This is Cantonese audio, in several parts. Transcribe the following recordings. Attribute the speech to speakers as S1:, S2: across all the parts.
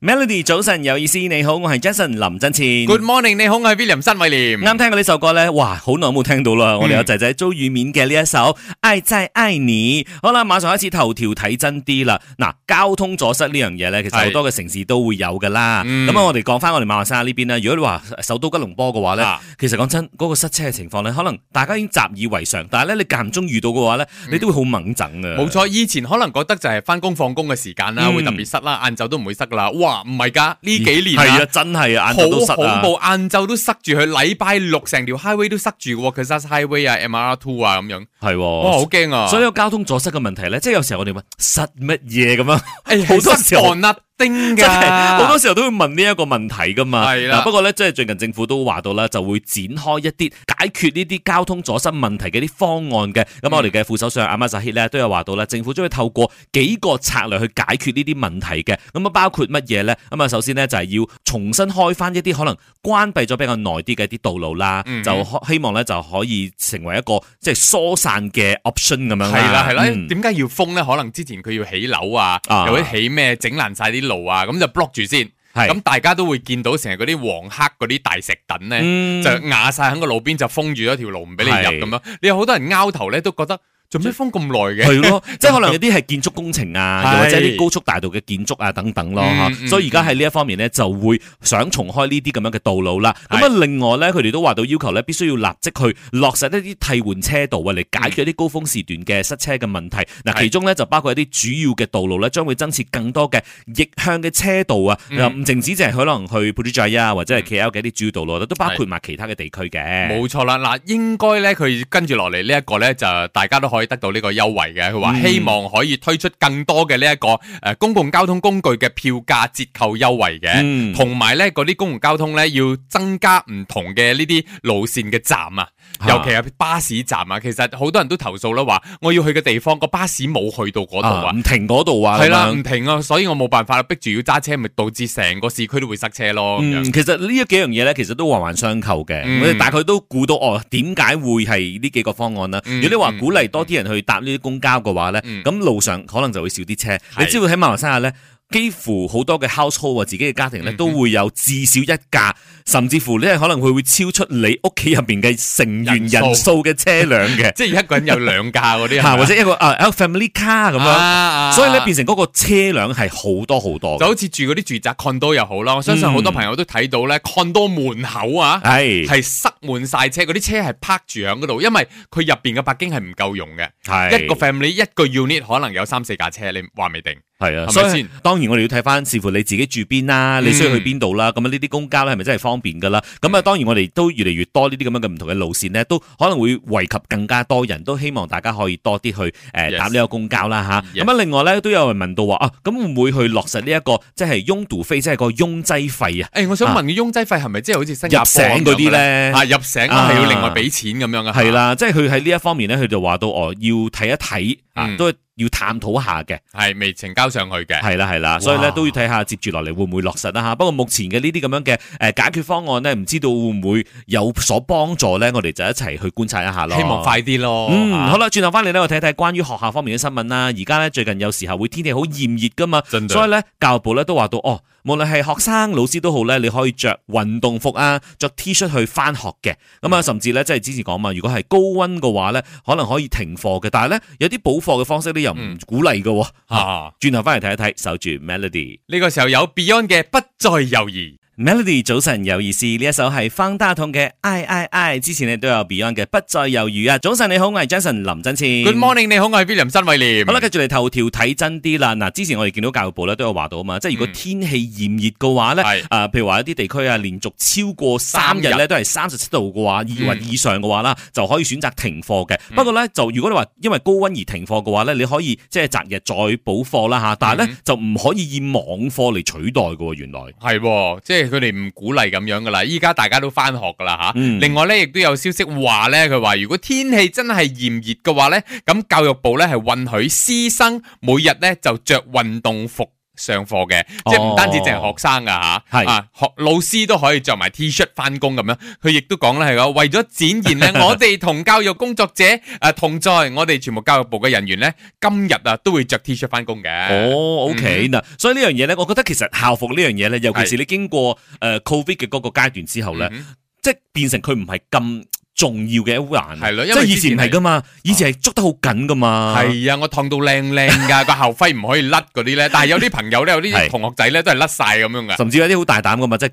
S1: Melody 早晨有意思，你好，我係 Jason 林振前。
S2: Good morning，你好，我係 William 新偉廉。
S1: 啱聽過呢首歌咧，哇，好耐冇聽到
S2: 嗯
S1: 啦！我哋有仔仔周渝民嘅呢一首《愛在愛你》。好啦，馬上開始頭條睇真啲啦。嗱，交通阻塞呢樣嘢咧，其實好
S2: 係
S1: 多嘅城市都會有噶啦。
S2: 嗯
S1: 咁啊，我哋講翻我哋馬來西亞呢邊啦。如果你話呃首都吉隆坡嘅話咧，
S2: 啊
S1: 其實講真，嗰個塞車嘅情況咧，可能大家已經習以為常，但係咧你間唔中遇到嘅話咧，你都會好掹憎嘅。
S2: 冇錯，以前可能覺得就係翻工放工嘅時間啦，
S1: 嗯
S2: 會特別塞啦，晏晝都唔會塞啦。哇，唔係㗎，呢幾年
S1: 係啊
S2: 啊，，
S1: 真係啊，
S2: 好
S1: 晏晝都塞
S2: 恐
S1: 啊。
S2: 怖，晏晝都塞住佢，禮拜六成條 highway 都塞住喎，佢塞 highway 啊、MR two 啊咁樣，
S1: 係喎
S2: 哇，好驚啊！
S1: 所以有交通阻塞嘅問題咧，即係有時候我哋問塞乜嘢咁樣，
S2: 以
S1: 好多時候
S2: 啊，丁
S1: 真係
S2: 㗎，
S1: 好多時候都會問呢一個問題噶嘛。
S2: 係啦
S1: 嗱不過咧，即係最近政府都話到啦，就會展開一啲解決呢啲交通阻塞問題嘅啲方案嘅。
S2: 嗯
S1: 咁我哋嘅副首相阿馬薩希咧都有話到啦，政府將會透過幾個策略去解決呢啲問題嘅。咁啊，包括乜嘢咧？咁啊，首先咧就係要重新開翻一啲可能關閉咗比較耐啲嘅一啲道路啦，
S2: 嗯
S1: 就可希望咧就可以成為一個即係疏散嘅 option 咁樣啦。
S2: 係啦係啦，
S1: 嗯
S2: 點解要封咧？可能之前佢要起樓啊
S1: 啊，
S2: 又或者起咩整爛晒啲路啊，咁就 block 住先。
S1: 係
S2: 咁大家都會見到成日嗰啲黃黑嗰啲大石墩咧，
S1: 嗯
S2: 就壓晒喺個路邊，就封住咗條路唔俾你入
S1: 係
S2: 咁樣。你有好多人拗頭咧，都覺得做咩封咁耐嘅？
S1: 係 咯，即係可能有啲係建築工程啊，
S2: 係
S1: 又或者啲高速大道嘅建築啊等等咯
S2: 嗯
S1: 嚇
S2: 嗯
S1: 所以而家喺呢一方面咧，就會想重開呢啲咁樣嘅道路啦。咁啊，另外咧，佢哋都話到要求咧，必須要立即去落實一啲替換車道啊，嚟解決一啲高峰時段嘅塞車嘅問題。嗱，
S2: 係
S1: 其中咧就包括一啲主要嘅道路咧，將會增設更多嘅逆向嘅車道啊，
S2: 嗯
S1: 又唔淨止淨係可能去 p u d u j a y 啊，或者係 KL 嘅一啲主要道路，都包括埋其他嘅地區嘅。
S2: 冇錯啦，嗱，應該咧佢跟住落嚟呢一個咧就大家都可以得到呢個優惠嘅。佢話
S1: 嗯
S2: 希望可以推出更多嘅呢一個誒公共交通工具嘅票價折扣優惠
S1: 嗯
S2: 嘅，同埋咧嗰啲公共交通咧要增加唔同嘅呢啲路線嘅站啊。
S1: 啊
S2: 尤其係巴士站啊，其實好多人都投訴啦，話我要去嘅地方個巴士冇去到嗰度
S1: 啊，
S2: 啊，
S1: 唔停嗰度啊，
S2: 係
S1: 咁
S2: 啦，
S1: 樣
S2: 唔停啊，所以我冇辦法啦，逼住要揸車，咪導致成個市區都會塞車咯。咁
S1: 嗯，
S2: 樣
S1: 其實呢一幾樣嘢咧，其實都環環相扣嘅。
S2: 嗯
S1: 我哋大概都估到哦，點解會係呢幾個方案啦？
S2: 嗯
S1: 如果你話鼓勵多啲人去搭呢啲公交嘅話咧，
S2: 嗯
S1: 咁、路上可能就會少啲車。你知道喺馬來西亞咧，幾乎好多嘅 household 啊，自己嘅家庭咧
S2: 嗯
S1: 都會有至少一架，甚至乎咧可能佢會超出你屋企入邊嘅成員人
S2: 人，
S1: 數嘅車輛嘅
S2: 即係一個人有兩架嗰啲， 係
S1: 嚇
S2: 咪
S1: 或者一個啊一個 family car 咁樣。
S2: 啊
S1: 所以咧，
S2: 啊
S1: 變成嗰個車輛係好多好多嘅，
S2: 就好似住嗰啲住宅 condo 又好啦，我相信好多
S1: 嗯
S2: 朋友都睇到咧，condo 門口啊。
S1: 係
S2: 係塞滿晒車，嗰啲車係泊住喺嗰度，因為佢入邊嘅泊經係唔夠用嘅。
S1: 係
S2: 一個 family 一個 unit 可能有三四架車，你話未定。
S1: 係啊，
S2: 係咪
S1: 所以
S2: 先嗯
S1: 當然我哋要睇翻視乎你自己住邊啦，你需要去邊度啦，咁啊呢啲公交咧係咪真係方便噶啦？咁啊當然我哋都越嚟越多呢啲咁樣嘅唔同嘅路線咧，都可能會惠及更加多人，都希望大家可以多啲去誒
S2: Yes 嗯
S1: 搭呢個公交啦吓。
S2: Yes
S1: 咁啊另外咧都有人問到話啊，咁會唔會去落實呢一個即係擁堵費，即係個擁擠費啊？
S2: 誒，我想問嘅擁擠費係咪即係好似新加坡
S1: 入城嗰啲咧
S2: 咁樣啊，入城
S1: 啊
S2: 係要另外俾錢咁樣嘅。
S1: 係，啦，即係佢喺呢一方面咧，佢就話到哦，要睇一睇啊，
S2: 嗯
S1: 都要探討下嘅。
S2: 係未呈交上去嘅。
S1: 係啦係啦，所以咧
S2: 哇
S1: 都要睇下接住落嚟會唔會落實啦吓。不過目前嘅呢啲咁樣嘅诶解決方案咧，唔知道會唔會有所幫助咧？我哋就一齊去觀察一下咯。
S2: 希望。快啲咯。
S1: 嗯，好
S2: 啦，
S1: 啦，轉頭翻嚟咧，我睇睇關於學校方面嘅新聞啦。而家咧最近有時候會天氣好炎熱噶嘛，
S2: 真
S1: 所以
S2: 係
S1: 咧教育部咧都話到哦，無論係學生、老師都好咧，你可以着運動服啊，着 T 恤去翻學嘅。咁啊，
S2: 嗯
S1: 甚至咧即係之前講嘛，如果係高温嘅話咧，可能可以停課嘅。但係咧有啲補課嘅方式咧又唔
S2: 嗯
S1: 鼓勵嘅喎。
S2: 啊！
S1: 轉頭翻嚟睇一睇，守住 Melody。
S2: 呢個時候有 Beyond 嘅不再猶豫。
S1: Melody 早晨有意思，呢一首係方大同嘅《I I I》，之前咧都有 Beyond 嘅《不再猶豫》啊。早晨你好，我係 Jason 林振前。
S2: Good morning，你好，我係 William 新偉廉。
S1: 好啦，繼續嚟頭條睇真啲啦。嗱，之前我哋見到教育部咧都有話到啊嘛，即係如果
S2: 嗯
S1: 天氣炎熱嘅話咧，
S2: 係
S1: 啊，譬如話一啲地區啊，連續超過三日咧都係三十七度嘅話，二或
S2: 嗯
S1: 以上嘅話啦，就可以選擇停課嘅。不過咧，就如果你話因為高溫而停課嘅話咧，你可以即係擇日再補課啦吓，但係咧
S2: 嗯
S1: 就唔可以以網課嚟取代嘅喎，原來。
S2: 係喎，即係佢哋唔鼓勵咁樣噶啦，依家大家都翻學噶啦吓。
S1: 嗯
S2: 另外咧，亦都有消息話咧，佢話如果天氣真係炎熱嘅話咧，咁教育部咧係允許師生每日咧就着運動服。上課嘅，即係唔單止淨係學生噶吓，
S1: 係
S2: 啊，學老師都可以着埋 T 恤翻工咁樣。佢亦都講咧係講為咗展 現咧，我哋同教育工作者誒同在，我哋全部教育部嘅人員咧，今日啊都會着 T 恤翻工嘅。
S1: 哦，OK 嗱、所以呢樣嘢咧，我覺得其實校服呢樣嘢咧，尤其是你經過誒、呃 Covid 嘅嗰個階段之後咧，
S2: 嗯哼，
S1: 即係變成佢唔係咁重要嘅一環。啊
S2: 係咯因
S1: 即
S2: 為
S1: 係以前唔係噶嘛，以
S2: 之哦
S1: 前係捉得好緊噶嘛。
S2: 係啊，我燙到靚靚 㗎，個校徽唔可以甩嗰啲咧。但係有啲朋友咧，有
S1: 係
S2: 啲同學仔咧都係甩晒咁樣㗎。
S1: 甚至有啲好大膽噶嘛，即係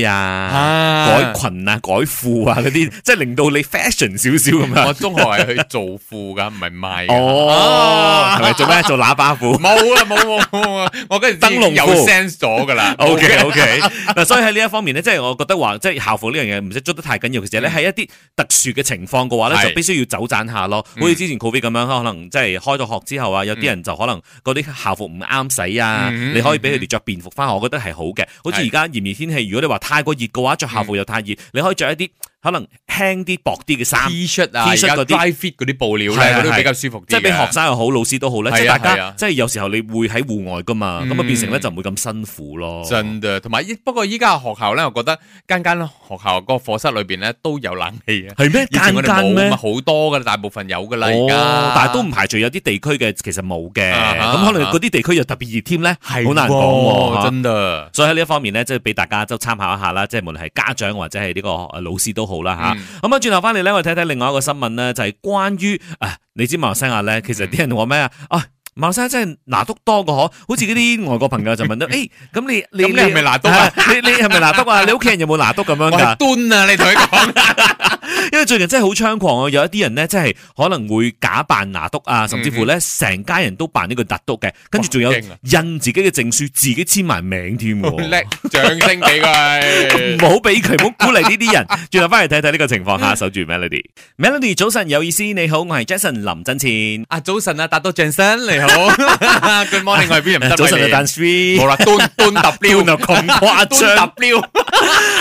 S1: 改啊、改
S2: 嗯啊
S1: 裙啊、改褲啊嗰啲，即係令到你 fashion 少少咁樣。
S2: 我中學係去做褲㗎，唔係賣㗎。
S1: 哦，
S2: 啊
S1: 係咪做咩？做喇叭褲。
S2: 冇啦，冇冇冇冇，我嗰陣
S1: 燈
S2: 燈
S1: 籠
S2: 有
S1: 褲
S2: sense 咗 噶啦。
S1: O K O K 嗱，所以喺呢一方面咧，即係我覺得話，即係校服呢樣嘢唔使捉得太緊要，其實咧喺一啲特殊嘅情況嘅話咧，
S2: 係嗯
S1: 就必須要走盞下咯。好似之前 Covid 咁樣，可能即係開咗學之後啊，有啲人就可能嗰啲校服唔啱洗啊，
S2: 嗯
S1: 你可以俾佢哋着便服翻學，我覺得係好嘅。好似而家炎熱天氣，如果你話太過熱嘅話，着校服又太熱，你可以着一啲可能輕啲薄啲嘅衫。
S2: T 恤啊，而
S1: T-shirt
S2: 家
S1: 嗰啲
S2: dry fit 嗰啲布料
S1: 係
S2: 咧，
S1: 啊
S2: 嗰啲
S1: 係
S2: 比較舒服啲嘅。
S1: 即係俾學生又好，老師都好咧，即係
S2: 係啊
S1: 大
S2: 係
S1: 家
S2: 啊
S1: 即係有時候你會喺戶外噶嘛，咁啊
S2: 嗯
S1: 變成咧就唔會咁辛苦咯。
S2: 真嘅，同埋依不過依家學校咧，我覺得間間學校個課室裏邊咧都有冷氣嘅。
S1: 係咩
S2: 以前
S1: 間
S2: 我哋
S1: 間咩
S2: 冇？啊咁好多噶啦，大部分有噶啦而
S1: 哦
S2: 家，，
S1: 但係都唔排除有啲地區嘅其實冇嘅，
S2: 啊哈
S1: 咁可能
S2: 啊哈
S1: 嗰啲地區又特別熱添咧，
S2: 係
S1: 好難講
S2: 喎
S1: 喎。
S2: 真嘅。
S1: 所以喺呢一方面咧，即係俾大家都參考一下啦，即係無論係家長或者係呢個呃老師都好啦
S2: 嗯
S1: 吓。咁啊，轉頭翻嚟咧，我哋睇睇另外一個新聞咧，就係關於啊，你知馬來西亞咧，
S2: 嗯
S1: 其實啲人話咩啊？啊，馬來西亞真係拿督多個嗬，好似嗰啲外國朋友就問到，誒，咁你你
S2: 嗯咁你係咪拿督啊？
S1: 你你係咪拿督啊？你屋企人有冇拿督咁樣
S2: 我
S1: 㗎
S2: 係？端啊，你同佢講，
S1: 因為最近真係好猖狂啊！有一啲人咧，真係可能會假扮拿督啊，甚至乎咧成家人都扮呢個拿督嘅，跟住仲有
S2: 嗯哇勁啊
S1: 印自己嘅證書，自己簽埋名添
S2: 好 叻
S1: 喎。，
S2: 掌聲俾佢
S1: 唔。好俾 佢，唔好鼓勵呢啲人。轉頭翻嚟睇睇呢個情況下，守住 Melody。Melody 早晨有意思，你好，我係 Jason 林振前。
S2: 啊，早晨啊，達到鄭生 你好，Good morning，我係 B 人
S1: 早晨啊，但 three
S2: 冇啦，端端 W
S1: 端啊咁 誇張
S2: 端 W。
S1: 哦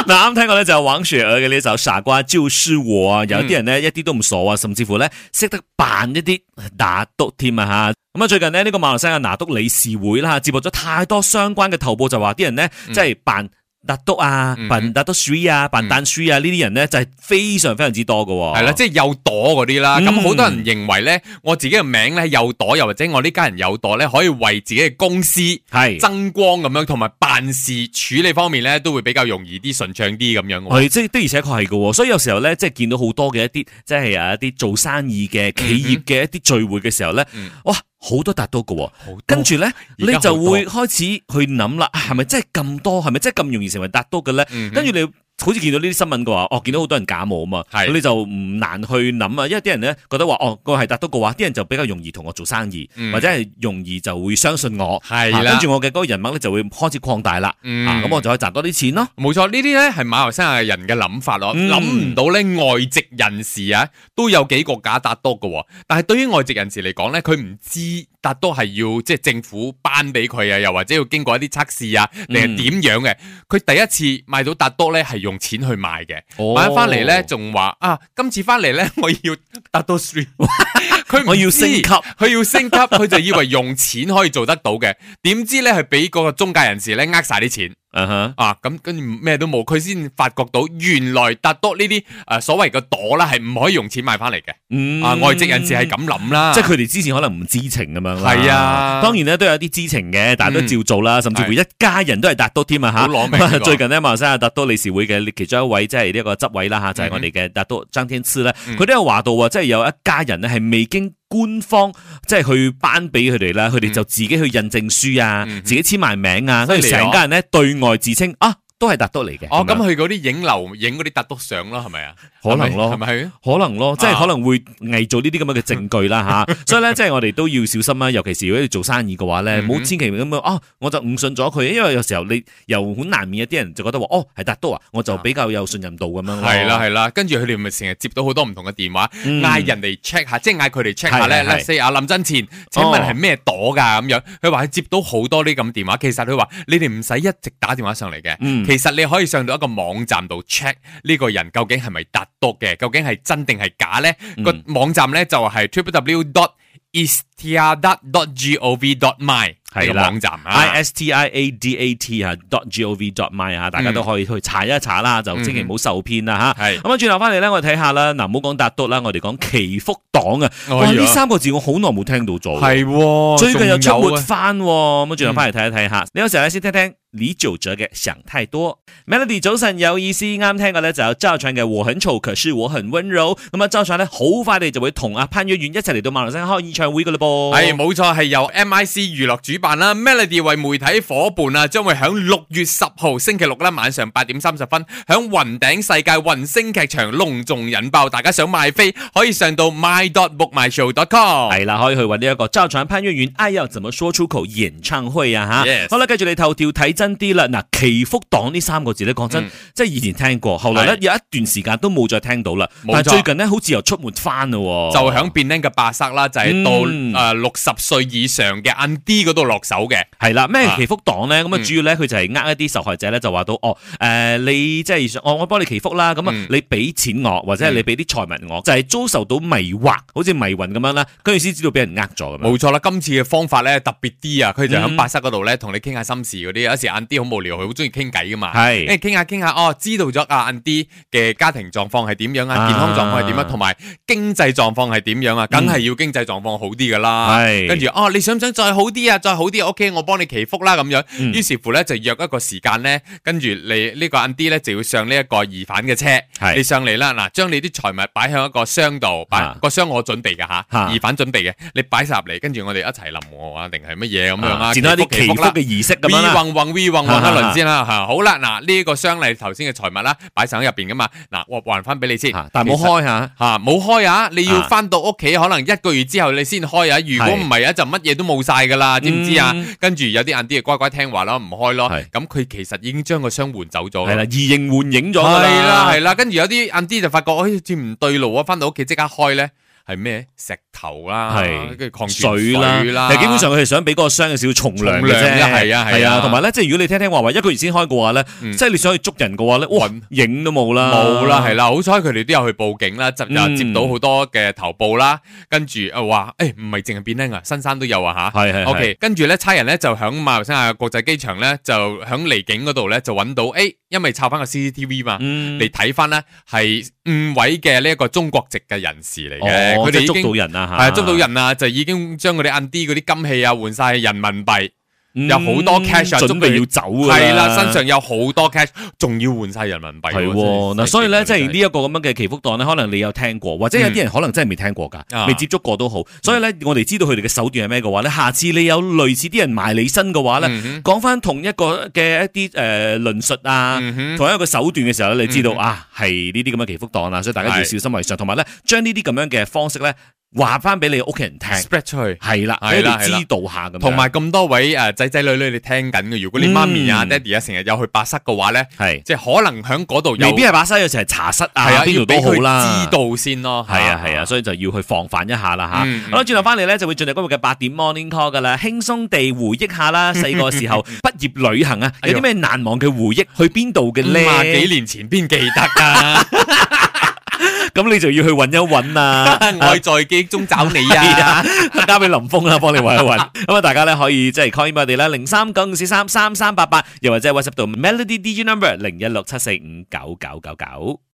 S1: 嗱啱聽過咧就係王雪兒嘅呢首《傻瓜就是我》啊，有啲人呢一啲都唔傻啊，甚至乎咧識得扮一啲拿督添啊吓。咁啊，最近呢，呢個馬來西亞拿督理事會啦，接獲咗太多相關嘅投報，就話啲人呢，即係扮。拿督啊，
S2: 嗯
S1: 扮拿督 three 啊，扮丹 three 啊，呢啲人呢，就係非常非常之多嘅。
S2: 系啦，即係有朵嗰啲啦。
S1: 嗯
S2: 咁好多人認為咧，我自己嘅名咧有朵，啊又或者我呢家人有朵咧，可以為自己嘅公司
S1: 係
S2: 增光咁樣，同埋辦事處理方面咧都會比較容易啲、順暢啲咁樣喎。
S1: 係即係的而且確係嘅喎，所以有時候咧，即係見到好多嘅一啲即係啊一啲做生意嘅企業嘅一啲聚會嘅時候咧，
S2: 嗯
S1: 哇好多達到嘅喎，
S2: 好多
S1: 跟住咧你
S2: 哦而家好
S1: 就
S2: 多
S1: 會開始去諗啦，啊係咪真係咁多？係咪真係咁容易成為達到嘅咧？
S2: 嗯哼
S1: 跟住你。好似見到呢啲新聞嘅話，哦，見到好多人假冒啊嘛，
S2: 係
S1: 咁你就唔難去諗啊，因為啲人咧覺得話，哦，我係達到嘅話，啲人就比較容易同我做生意，
S2: 嗯
S1: 或者係容易就會相信我，
S2: 係
S1: 啊
S2: 啦
S1: 跟住我嘅嗰個人脈咧就會開始擴大啦，
S2: 嗯
S1: 啊，咁我就可以賺多啲錢咯。
S2: 冇錯，呢啲咧係馬來西亞人嘅諗法咯，
S1: 嗯
S2: 諗唔到咧外籍人士啊都有幾個假達多嘅喎，但係對於外籍人士嚟講咧，佢唔知達多係要即係政府頒俾佢啊，又或者要經過一啲測試啊，定
S1: 嗯
S2: 係點樣嘅？佢、第一次買到達多咧係用錢去買嘅，
S1: 哦
S2: 買翻嚟咧仲話啊，今次翻嚟咧 我要達多 three，佢唔
S1: 我要
S2: 知
S1: 升級。
S2: 佢要升級，佢就以為用錢可以做得到嘅，點知咧係俾嗰個中介人士咧呃晒啲錢。
S1: 嗯哼。
S2: 啊，咁跟住咩都冇，佢先發覺到原來達多呢啲誒所謂嘅朵啦，係唔可以用錢買翻嚟嘅。
S1: 嗯
S2: 啊，外籍人士係，咁諗啦，
S1: 即係佢哋之前可能唔知情咁樣啦。
S2: 啊係啊嗯
S1: 當然咧都有啲知情嘅，但係都照做啦，甚至乎一家人都係達多添啊
S2: 好
S1: 嚇。
S2: 攞命
S1: 咁啊
S2: 呢 個
S1: 最近呢，馬來西亞達多理事會嘅其中一位即係呢一個執委啦嚇，就係我哋嘅達多張天賜咧，
S2: 嗯
S1: 佢都有話到啊，即係有一家人咧係未經官方即係去頒俾佢哋啦，佢哋就自己去印證書啊，
S2: 嗯
S1: 自己簽埋名啊，
S2: 犀
S1: 跟
S2: 利啊
S1: 住成家人咧對外自稱啊都係達多嚟嘅。
S2: 哦，咁
S1: 樣
S2: 佢嗰啲影樓影嗰啲達多相咯，係咪啊？
S1: 可能咯哦
S2: 係咪係咪？
S1: 可能咯，即係
S2: 啊
S1: 可能會偽造呢啲咁樣嘅證據 啦吓，所以咧即係我哋都要小心啊啦，尤其是如果你做生意嘅話咧，
S2: 嗯哼
S1: 唔好千祈咁樣哦，我就誤信咗佢，因為有時候你又好難免有啲人就覺得話哦係達多啊，我就比較有信任度咁樣咯。
S2: 係啦係啦，跟住佢哋咪成日接到好多唔同嘅電話，
S1: 嗯
S2: 嗌人哋 check 下，即係嗌佢哋 check 下
S1: 係係係
S2: 咧。
S1: 哦
S2: Let's say 啊，林真前，請問係咩朵㗎咁樣？佢話佢接到好多呢咁電話，其實佢話你哋唔使一直打電話上嚟嘅，
S1: 嗯
S2: 其實你可以上到一個網站度 check 呢個人究竟係咪達到嘅，究竟係真定係假咧？
S1: 嗯
S2: 個網站咧就係 w w w dot istiadat dot gov dot my。呢個
S1: 係啦
S2: 網站啊。
S1: istiadat 啊 dot gov dot my
S2: 嗯
S1: 啊，大家都可以去查一查啦，就千祈唔好受騙啦吓。
S2: 係
S1: 咁啊，轉頭翻嚟咧，我哋睇下啦，嗱，唔好講達督啦，我哋講祈福黨啊，
S2: 哎呀
S1: 哇，呢三個字我好耐冇聽到咗喎，
S2: 係喎，
S1: 最近又出
S2: 哦仲有
S1: 沒
S2: 啊嗯
S1: 翻喎，咁啊，轉頭翻嚟睇一睇下。呢個時候咧，先聽聽李玖哲嘅《想太多》。Melody 早晨有意思，啱聽嘅咧就有周傳嘅《我很醜可是我很溫柔》。咁啊，周傳咧好快地就會同阿潘越雲一齊嚟到馬來西亞開演唱會噶啦噃。
S2: 係哎冇錯，係由 MIC 娛樂主辦啦，Melody 為媒體伙伴啊，將會響六月十號星期六啦晚上八點三十分，響雲頂世界雲星劇場隆重引爆，大家想買飛可以上到 my dot bookmyshow dot com。
S1: 系啦，可以去揾呢一個趙傳潘越雲《愛要怎麼說出口》演唱會啊吓。
S2: Yes
S1: 好啦，繼續你頭條睇真啲啦。嗱，祈福黨呢三個字咧，講真，即係以前聽過，後來咧
S2: 嗯係
S1: 有一段時間都冇再聽到啦。
S2: 冇錯
S1: 但係最近咧，好似又出沒翻咯。
S2: 就響 Penang 嘅巴塞啦，就係
S1: 哦嗯
S2: 到誒啊六十歲以上嘅 n D 嗰度落手嘅。
S1: 係啦，咩
S2: 啊
S1: 祈福黨咧？咁啊
S2: 嗯，
S1: 主要咧佢就係呃一啲受害者咧，就話到哦，诶，你即係我我幫你祈福啦，咁
S2: 嗯
S1: 啊，你俾錢我，或者係你俾啲財物我，就係遭受到迷惑，好似迷魂咁樣啦，跟住先知道俾人呃咗咁樣。
S2: 冇錯啦，今次嘅方法咧特別啲啊，佢就喺
S1: 嗯
S2: 巴塞嗰度咧同你傾下心事嗰啲，有時 n D 好無聊，佢好中意傾偈噶嘛。
S1: 係
S2: 誒傾下傾下，哦，知道咗阿 n D 嘅家庭狀況係點樣啊，
S1: 啊嗯
S2: 健康狀況係點樣，同埋經濟狀況係點樣啊，梗係要經濟狀況好啲噶啦。
S1: 係
S2: 跟住哦，你想唔想再好啲啊？再好啲，OK，我幫你祈福啦咁樣。
S1: 嗯
S2: 於是乎咧就約一個時間咧，跟住你呢個 n D 咧就要上呢一個疑犯嘅車。
S1: 係
S2: 你上嚟啦，嗱，將你啲財物擺喺一個箱度，擺
S1: 啊
S2: 個箱我準備嘅吓，
S1: 啊
S2: 疑犯準備嘅，你擺晒入嚟，跟住我哋一齊淋我啊，定係乜嘢咁樣啊？
S1: 展開一啲祈福
S2: 啦
S1: 嘅儀式咁
S2: V
S1: 樣啦。
S2: 運運 V 運運
S1: 啊
S2: 一輪先啦嚇，好啦，嗱呢個箱例頭先嘅財物啦，擺晒喺入邊噶嘛，嗱我還翻俾你先
S1: 嚇，但係冇
S2: 開
S1: 開嚇。
S2: 嚇冇開啊，你要
S1: 啊
S2: 翻到屋企可能一個月之後你先開啊，如果
S1: 係
S2: 唔係啊就乜嘢都冇晒噶啦，知唔知啊
S1: 嗯？
S2: 跟住有啲硬啲就乖乖聽話咯，唔開咯，
S1: 係
S2: 咁佢其實已經將個箱換走咗㗎
S1: 系
S2: 啦
S1: 啦，。移形換影咗㗎
S2: 係啦係啦，跟住有啲暗啲就發覺，哎，好似唔對路啊！翻到屋企即刻開咧，係咩石頭啦，
S1: 係
S2: 跟住礦泉
S1: 水啦，
S2: 水啦，
S1: 其實基本上佢係想俾嗰個箱有少少重量嘅
S2: 重量
S1: 啫，
S2: 啫係啊係啊
S1: 係啊，同埋咧，即係如果你聽聽話話一個月先開嘅話咧，
S2: 嗯
S1: 即係你想去捉人嘅話咧，哇
S2: 暈，
S1: 影都冇啦，
S2: 冇啦，係啦，好彩佢哋都有去報警啦，接
S1: 嗯
S2: 接到好多嘅投報啦，跟住啊話，誒唔係淨係變靚啊，新山都有啊吓。
S1: 係，係係
S2: O K，跟住咧，差人咧就響馬來西亞國際機場咧，就響離境嗰度咧就揾到，誒，因為抄翻個 C C T V 嘛，
S1: 嗯
S2: 你睇翻咧係五位嘅呢一個中國籍嘅人士嚟嘅，
S1: 哦
S2: 佢哋
S1: 即係
S2: 已
S1: 捉
S2: 經
S1: 到人啦
S2: 系
S1: 嚇，
S2: 捉到人啊，就已經將嗰啲硬啲嗰啲金器啊換晒人民幣，
S1: 嗯，
S2: 有好多 cash 啊捉
S1: 準
S2: 到
S1: 備
S2: 人
S1: 要走㗎
S2: 係啦，身上有好多 cash，仲要換晒人民幣
S1: 係
S2: 喎。
S1: 喎，
S2: 真係
S1: 嗱，所以咧，即係
S2: 真
S1: 呢一個咁樣嘅祈福黨咧，可能你有聽過，或者有啲人可能真係未聽過
S2: 啊嗯
S1: 㗎，未接觸過都好。所以咧，我哋知道佢哋嘅手段係咩嘅話咧，下次你有類似啲人埋你身嘅話咧
S2: 嗯哼，
S1: 講翻同一個嘅一啲誒論述啊
S2: 嗯哼，
S1: 同一個手段嘅時候咧，你知道啊係呢啲咁嘅祈福黨啦，所以大家要
S2: 係
S1: 小心為上，同埋咧將呢啲咁樣嘅方式咧話翻俾你屋企人聽，
S2: spread 出去。
S1: 係啦，
S2: 係
S1: 俾
S2: 啦
S1: 你知道下咁樣。
S2: 同埋咁多位誒仔仔女女你聽緊嘅，如果你媽咪啊、
S1: 嗯
S2: 爹哋啊成日有去白室嘅話咧，
S1: 係
S2: 即係可能喺嗰度有
S1: 未必係把西，有時係茶室
S2: 係
S1: 啊，邊
S2: 要
S1: 度都
S2: 俾佢
S1: 好啦，
S2: 知道先咯。
S1: 係啊係啊，所以就要去防範一下啦吓。
S2: 嗯嗯
S1: 好啦，轉頭翻嚟咧就會進入今日嘅八點 morning call 噶啦，輕鬆地回憶下啦，細個時 候畢業旅行啊，
S2: 哎呦
S1: 有啲咩難忘嘅回憶？去邊度嘅
S2: 五
S1: 咧
S2: 廿？幾年前邊記得 啊？！
S1: 咁你就要去揾一揾啊
S2: 我在記憶中找你啊！
S1: 啊 交俾林峰啦，幫你揾一揾。咁啊，大家咧可以即係 call in 我哋啦，零三九五四三三三八八，又或者 WhatsApp 到 Melody DJ number 零一六七四五九九九九。